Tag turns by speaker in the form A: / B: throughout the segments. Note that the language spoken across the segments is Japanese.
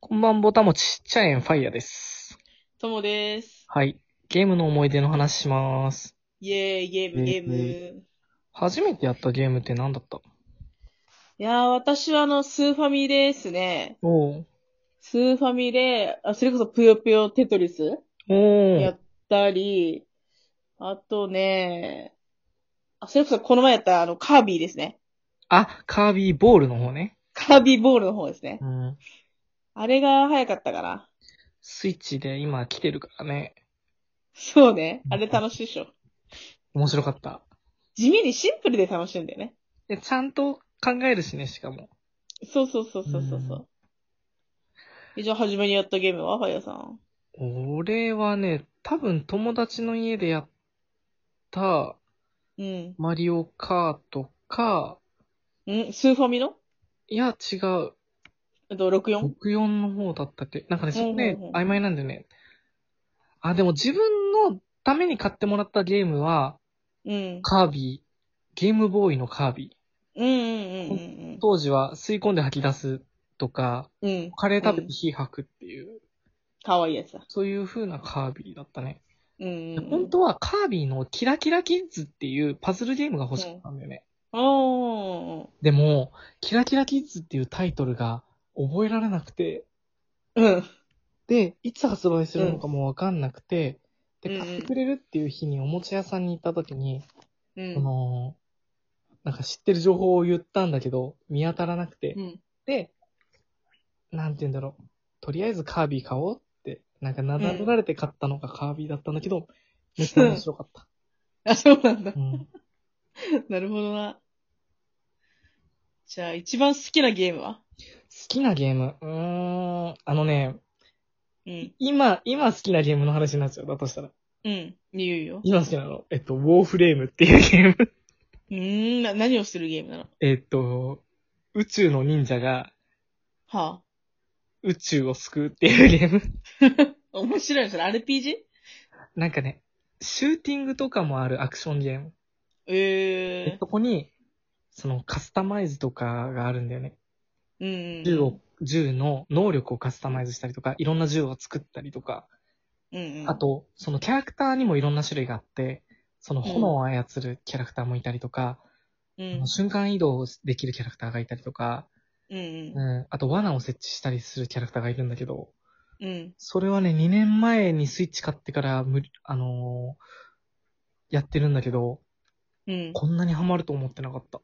A: こんばんぼたもち、チャエンファイヤーです。
B: ともです。
A: はい。ゲームの思い出の話します。
B: イェーイ、ゲーム、ゲーム。
A: え初めてやったゲームって何だった
B: いやー、私はあの、スーファミですね。
A: おー。
B: スーファミで、あ、それこそぷよぷよテトリス
A: お
B: や
A: ー。
B: ったり、あとね、あ、それこそこの前やったあの、カービィですね。
A: あ、カービーボールの方ね。
B: カービィボールの方ですね。
A: うん。
B: あれが早かったかな。
A: スイッチで今来てるからね。
B: そうね。あれ楽しいでしょ。
A: 面白かった。
B: 地味にシンプルで楽しいんだよね。
A: で、ちゃんと考えるしね、しかも。
B: そうそうそうそうそうそう。えじゃあ、初めにやったゲームはファイヤーさん。
A: 俺はね、多分友達の家でやった
B: うん。
A: マリオカートか、
B: んスーファミの
A: いや、違う。
B: えっと、64?
A: 64の方だったっけなんかね、そこね
B: うんうんう、ん
A: 曖昧なんだよね。あ、でも自分のために買ってもらったゲームは、
B: うん。
A: カービィ、ゲームボーイのカービ
B: うんうんうん
A: ィ。当時は吸い込んで吐き出すとか、
B: うん。うん。
A: カレー食べて火吐くっていう、
B: かわいいやつだ。
A: そういう風なカービィだったね。
B: うんうん。
A: 本当はカービィのキラキラキッズっていうパズルゲームが欲しかったんだよね。
B: お
A: でも、キラキラキッズっていうタイトルが覚えられなくて、
B: ー。うん。
A: で、いつ発売するのかもわかんなくて、
B: うん
A: で、
B: うんうん
A: 買ってくれるっていう日におもちゃ屋さんに行った時に、
B: う
A: そ
B: ん。
A: の、なんか知ってる情報を言ったんだけど、見当たらなくて、
B: うん。
A: で、なんて言うんだろう、とりあえずカービィ買おうって、なんかなだめられて買ったのがカービィだったんだけど、めっちゃ面白かっ た。
B: あ、そうなんだ
A: う。ん、
B: なるほどな。じゃあ、一番好きなゲームは
A: 好きなゲーム、うーん、あのね、
B: うん。
A: 今、今好きなゲームの話になっちゃう。だとしたら。
B: うん。言うよ。
A: 今好きなの、えっと、ウォーフレームっていうゲーム。
B: うーんな。何をするゲームなの
A: えっと、宇宙の忍者が
B: は
A: 宇宙を救うっていうゲーム。
B: あ。面白いのそれ RPG?
A: なんかね、シューティングとかもあるアクションゲーム。で
B: ええ
A: そこに、そのカスタマイズとかがあるんだよね。
B: ー。
A: 銃を、銃の能力をカスタマイズしたりとか、いろんな銃を作ったりとか、
B: うんうん。うん。
A: あ。と、そのキャラクターにもいろんな種類があって、その炎を操るキャラクターもいたりとか、
B: うん。
A: あの瞬間移動できるキャラクターがいたりとか、
B: うん
A: う。ん、あと罠を設置したりするキャラクターがいるんだけど、
B: うん。
A: それはね、2年前にスイッチ買ってから、むあのーやってるんだけど、
B: うん。
A: こんなにハマると思ってなかった。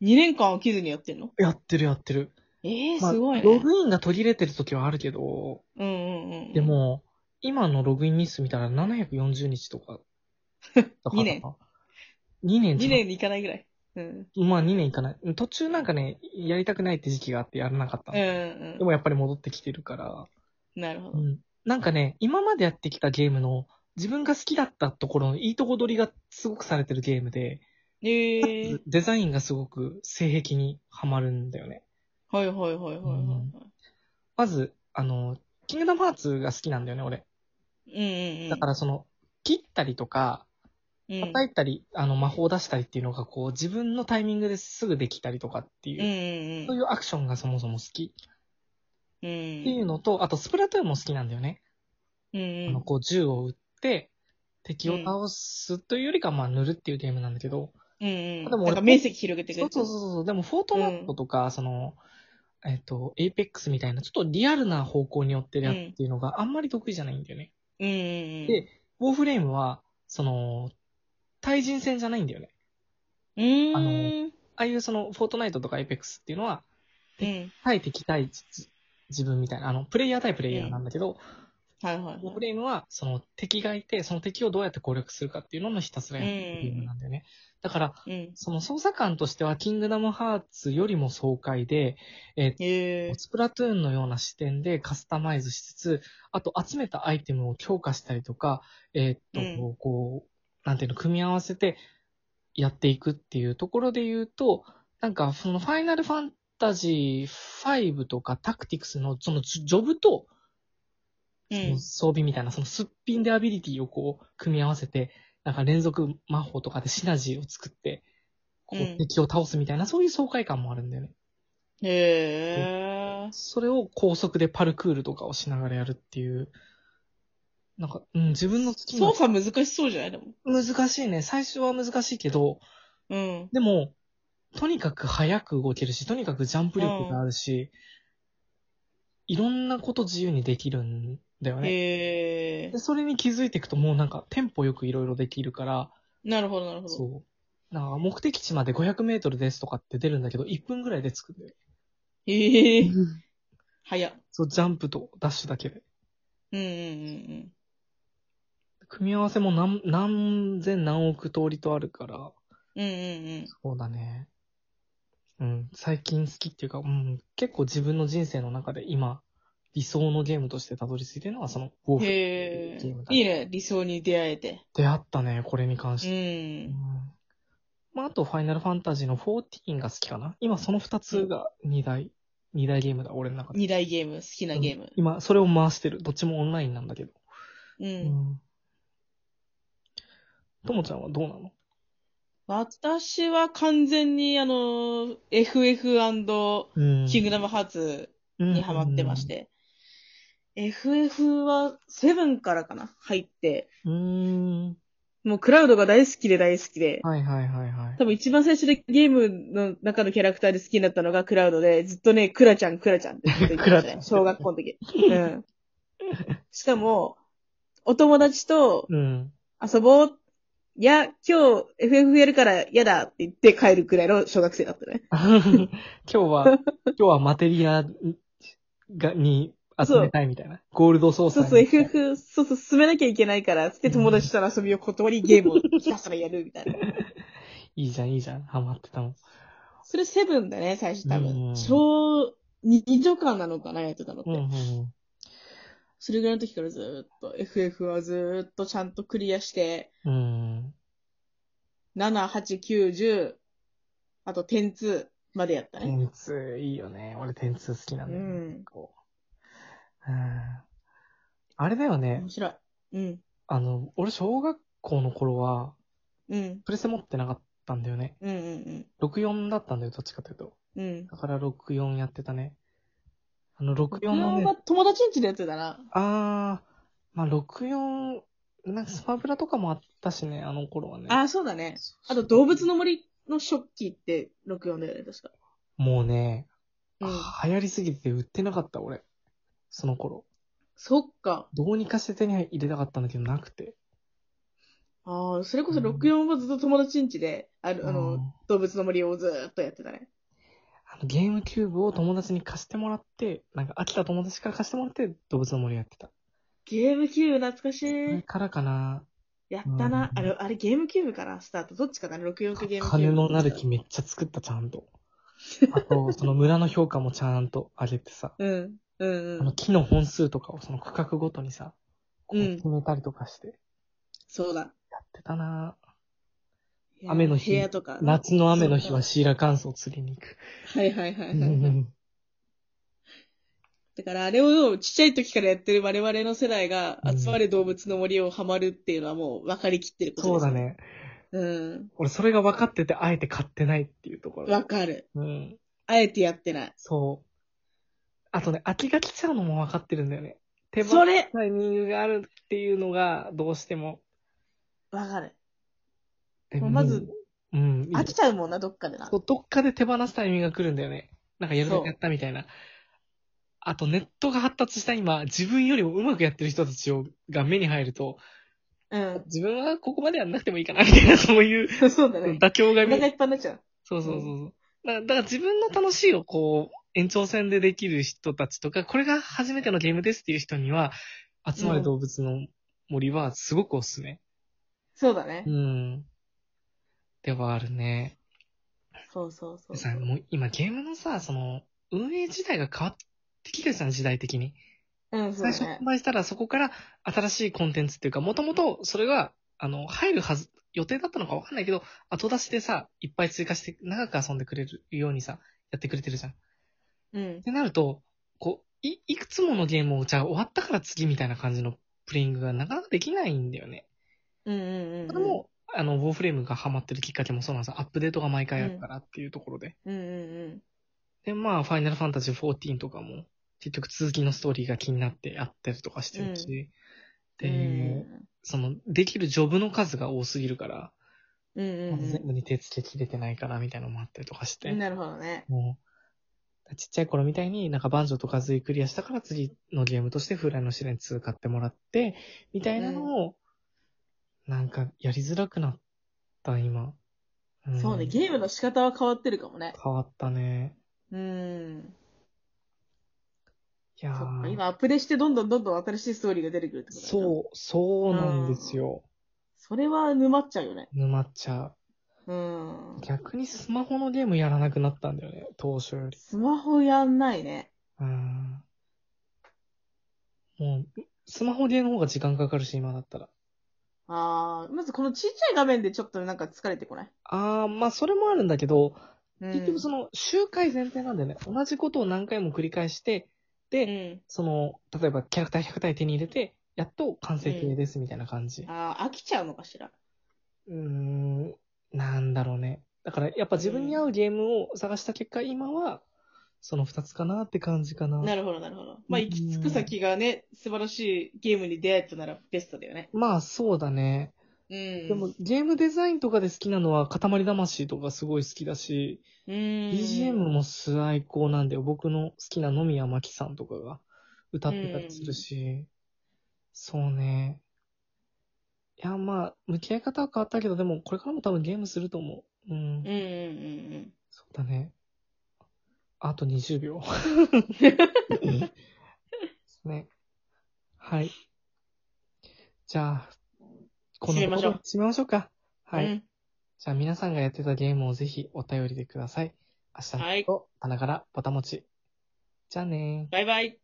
B: 2年間飽きずにやってんの
A: やってるやってる。
B: ええー、
A: まあ
B: すごい
A: ロ
B: ね。
A: グインが途切れてる時はあるけど、
B: うんうんうん。
A: で。も、今のログイン日数見たら740日と か。だから
B: 2年。
A: 2年
B: 2
A: じゃ
B: 年いかないぐらい。うん。
A: まあ2年いかない。途中なんかね、やりたくないって時期があってやらなかった
B: うん
A: の、
B: うん
A: でもやっぱり戻ってきてるから。
B: なるほ
A: う
B: ど。
A: ん。なんかね、今までやってきたゲームの、自分が好きだったところのいいとこ取りがすごくされてるゲームで、
B: ええー。
A: デザインがすごく性癖にはまるんだよね。
B: はいはいはいはいはいは
A: まず、あの、キングダムハーツが好きなんだよね、俺。
B: い。うんうんうん。
A: だからその、切ったりとか、
B: うん、うん
A: 叩いたり、あの、魔法出したりっていうのが、こう、自分のタイミングですぐできたりとかっていうう、
B: ん。
A: そううんいうアクションがそもそも好きっ
B: う。
A: ていうんのと、あと、スプラトゥーンも好きなんだよね。
B: う
A: あの、
B: ん。
A: こう、銃を撃って、敵を倒すというよりかは、まあ、塗るっていうゲームなんだけど、
B: うん。
A: あでも俺
B: なんか面積広げてく
A: そ
B: れ
A: うそうそうそう。でも、フォートナイトとか、その、えっ、と、エイペックスみたいな、ちょっとリアルな方向に寄ってるやつっていうのがあんまり得意じゃないんだよね。
B: うんうん。
A: でウォーフレームは、その、対人戦じゃないんだよね。
B: うーん。
A: ああいうその、フォートナイトとかエイペックスっていうのは、
B: うん。
A: 対敵対自自分みたいな、あの、プレイヤー対プレイヤーなんだけど、
B: はいはい
A: ウォー
B: は
A: フレームは、その敵がいて、その敵をどうやって攻略するかっていうののひたすらやってるゲームなんだよね。だから、
B: い。うん。
A: その操作感としては、キングダムハーツよりも爽快で、えっと
B: ええー。
A: スプラトゥーンのような視点でカスタマイズしつつ、あと集めたアイテムを強化したりとか、えーっと、
B: う
A: こう、なんていうの、組み合わせてやっていくっていうところで言うと、なんかそのファイナルファンタジー5とかタクティクスのそのジョジョブと
B: う
A: その
B: ん。
A: 装備みたいな、そのすっぴんでアビリティをこう組み合わせて、なんか連続魔法とかでシナジーを作って、こ
B: うん
A: う敵を倒すみたいな、そういう爽快感もあるんだよね。
B: えええ。
A: それを高速でパルクールとかをしながらやるっていう。なんか、うん、自分の好きな
B: 操作難しそうじゃないでも。
A: 難しいね。最初は難しいけど、
B: うん。
A: でも、とにかく速く動けるし、とにかくジャンプ力があるし、いろんなこと自由にできるんだよね。
B: へえ
A: で。それに気づいていくともうなんかテンポよくいろいろできるから、
B: なるほど、なるほど。
A: そう。なんか目的地まで500メートルですとかって出るんだけど、1分ぐらいで着くんだよ。
B: へえ。早っ。
A: そう、ジャンプとダッシュだけで。
B: うんうんうん
A: 組み合わせも何何千何億通りとあるから、
B: うん。うんうん
A: そうだね。うん、最近好きっていうか、うん、結構自分の人生の中で今、理想のゲームとしてたどり着いてるのはその、ウォー
B: うん。
A: フ
B: へえ
A: ゲーム。だ
B: いいね、理想に出会えて。
A: 出会ったね、これに関
B: う
A: して。うん
B: ん。
A: まあ、あと、ファイナルファンタジーの14が好きかな。今、その2つが2大、2大ゲームだ、俺の中で。
B: 二大ゲーム、好きなゲーム。
A: 今、それを回してる。どっちもオンラインなんだけど。
B: う。
A: うんん。ともちゃんはどうなの
B: 私は完全に、あの、
A: う
B: FF&
A: ん
B: キングダムハーツにハマってまし。て。FF は7からかな入って。
A: うん。うん
B: もうクラウドが大好きで大好きで。
A: はいはいはいはい。
B: 多分一番最初でゲームの中のキャラクターで好きになったのがクラウドで、ずっとね、クラちゃん、クラちゃんってずっと言ってまし
A: ク
B: たね
A: ラちゃん
B: 小学校の時。うん。しかも、お友達と
A: うん。
B: 遊ぼう。いや、今日 FF やるから嫌だって言って帰るくらいの小学生だったね。
A: 今日は、今日はマテリアが、に集めたいみたいな。ゴールド操
B: そう
A: 作。
B: そう、FF、そうそう、進めなきゃいけないから、つって友達との遊びを断り、ゲームをひたすらやるみたいな。
A: いいじゃん、いいじゃん。ハマってたもん。
B: それセブンだね、最初多
A: う
B: 分。
A: ん
B: 小2時間なのかな、やってたのって。
A: うんうん
B: それぐらいの時からずーっと FF はずーっとちゃんとクリアして、
A: うん。うん。
B: 7、8、9、10、あと点2までやったね。
A: 点数いいよね。俺点数好きなんだよね。
B: うん
A: こううんあれだよね
B: 面。白い。うん。
A: あの、俺小学校の頃は、
B: うん。
A: プレス持ってなかったんだよね。
B: うんうん
A: 64だったんだよ、どっちかというと。
B: うん。うん。
A: だから64やってたね。あの、
B: 僕
A: 64のね
B: は。友達んちのやつだな。
A: あー、まあ、64、なんかスマブラとかもあったしね、あの頃はね。
B: ああ、そうだね。
A: そう
B: あと動物の森の食器って64だよね、確か。
A: もうね、
B: うん。
A: 流行りすぎて売ってなかった、俺。その頃。
B: そっか。
A: どうにかして手に入れたかったんだけど、なくて。
B: ああ、それこそ64はずっと友達んちで、あの、あ
A: うん
B: の動物の森をずーっとやってたね。
A: あのゲームキューブを友達に貸してもらって、なんか飽きた友達から貸してもらって、動物の森やってた。
B: ゲームキューブ懐かし
A: それ
B: い。
A: からかな、
B: やったな。
A: うん
B: あれ、あれゲームキューブかなスタート。どっちかな ?64 かゲームキューブ。
A: 金のなる木めっちゃ作った、ちゃんと。あと、その村の評価もちゃんと上げてさ。
B: うん。うん
A: あ
B: う
A: の
B: ん。
A: 木の本数とかをその区画ごとにさ、こう
B: うん
A: 決めたりとかして
B: そうだ。
A: やってたな、
B: いや
A: 雨の日
B: 部屋とか。は
A: 夏の雨の日はシーラカンスを釣りに行 く。
B: いはいは
A: う
B: いはいはい。
A: ん
B: だからあれをちっちゃい時からやってる我々の世代が
A: うん
B: 集まれ動物の森をハマるっていうのはもう分かりきってること
A: そう
B: です
A: だ。ね。
B: うん。
A: 俺それが分かってて、あえて買ってないっていうところ。
B: わかる。
A: うん。
B: あえてやってない。
A: そう。あとね、飽きが来ちゃうのも分かってるんだよね。手放
B: それ
A: タイミングがあるっていうのが、どうしても。
B: わかる。
A: で
B: まず、
A: うん。
B: 飽きちゃうもんな、どっかでな
A: そ。うどっかで手放すタイミングが来るんだよね。なんかやるだけやったみたいな。あとネットが発達した今、自分よりもうまくやってる人たちをが目に入ると、
B: うん。
A: 自分はここまでやんなくてもいいかなみたいな、そういう
B: そうだね。
A: 妥協が
B: お
A: 見え
B: 腹いっぱいになっちゃう。
A: そうそうそうそう。だからだから自分の楽しいをこう、延長線でできる人たちとか、これが初めてのゲームですっていう人には、集まる動物の森はすごくおすすめ。
B: そうだね
A: う。ん。ではあるね。
B: そうそうそう。
A: さ、もう今ゲームのさ、その、運営自体が変わってきてるじゃん、時代的に。
B: うん、そう
A: 最
B: だ
A: 初
B: ね
A: 販。売したらそこから新しいコンテンツっていうか、もともとそれが、あの、入るはず、予定だったのかわかんないけど、後出しでさ、いっぱい追加して長く遊んでくれるようにさ、やってくれてるじゃん。っ
B: うん。
A: てなると、こう、い、いくつものゲームを、じゃあ終わったから次みたいな感じのプレイングがなかなかできないんだよね。
B: うんうんうん。
A: それも、あの、ウォーフレームがハマってるきっかけもそうなんですよアップデートが毎回あるからっていうところで。
B: うんうんうん。
A: で、まあ、ファイナルファンタジー14とかも、結局続きのストーリーが気になってやったりとかしてるし、
B: う
A: で、
B: ん
A: その、できるジョブの数が多すぎるから、
B: うん
A: まだ
B: う
A: 全部に手つけきれてないから、みたいなのもあったりとかして、
B: んうん。なるほどね。
A: もう、ちっちゃい頃みたいになんかバンジョーとカズイクリアしたから次のゲームとして風来の試練2買ってもらって、みたいなのを、なんかやりづらくなった今。ん
B: そうね、ゲームの仕方は変わってるかもね。
A: 変わったね。
B: うん。
A: いやー
B: そっか今、アップデしてどんどんどんどん新しいストーリーが出てくるってことだよ
A: そ
B: ね。
A: う、そうなんですよ。
B: それは沼っちゃうよね。
A: 沼っちゃ
B: うん
A: う。。逆にスマホのゲームやらなくなったんだよね、当初より。
B: スマホやんないね。
A: うん。もう、スマホゲームの方が時間かかるし、今だったら。
B: あー、まずこのちっちゃい画面でちょっとなんか疲れてこない。
A: あー、まあそれもあるんだけど、
B: うん
A: 結局その周回前提なんだよね。同じことを何回も繰り返して、で、
B: うん。
A: その、例えばキャラクター100体手に入れて、やっと完成形ですみたいな感じ。
B: あー、飽きちゃうのかしら。
A: うーん、なんだろうね。だからやっぱ自分に合うゲームを探した結果、今は、その2つかなって感じかな。
B: なるほど、なるほど。まあ、
A: うん
B: 行き着く先がね、素晴らしいゲームに出会えたならベストだよね。
A: まあそうだね。
B: うん。
A: でも、ゲームデザインとかで好きなのは、塊魂とかすごい好きだし、
B: うん。
A: BGM も最高なんだよ。僕の好きな野宮真紀さんとかが歌ってたりするし。そうね。いや、まあ、向き合い方は変わったけど、でもこれからも多分ゲームすると思う。うん。
B: うんうんうん
A: そうだね。あと20秒。 ね。はい。じゃあ、この
B: 締めましょう
A: ところで締めましょうか。
B: うん。
A: はい。
B: うん。
A: じゃあ皆さんがやってたゲームをぜひお便りでください。明日の
B: はい
A: こと、棚からぼたもち。じゃあねー。
B: バイバイ。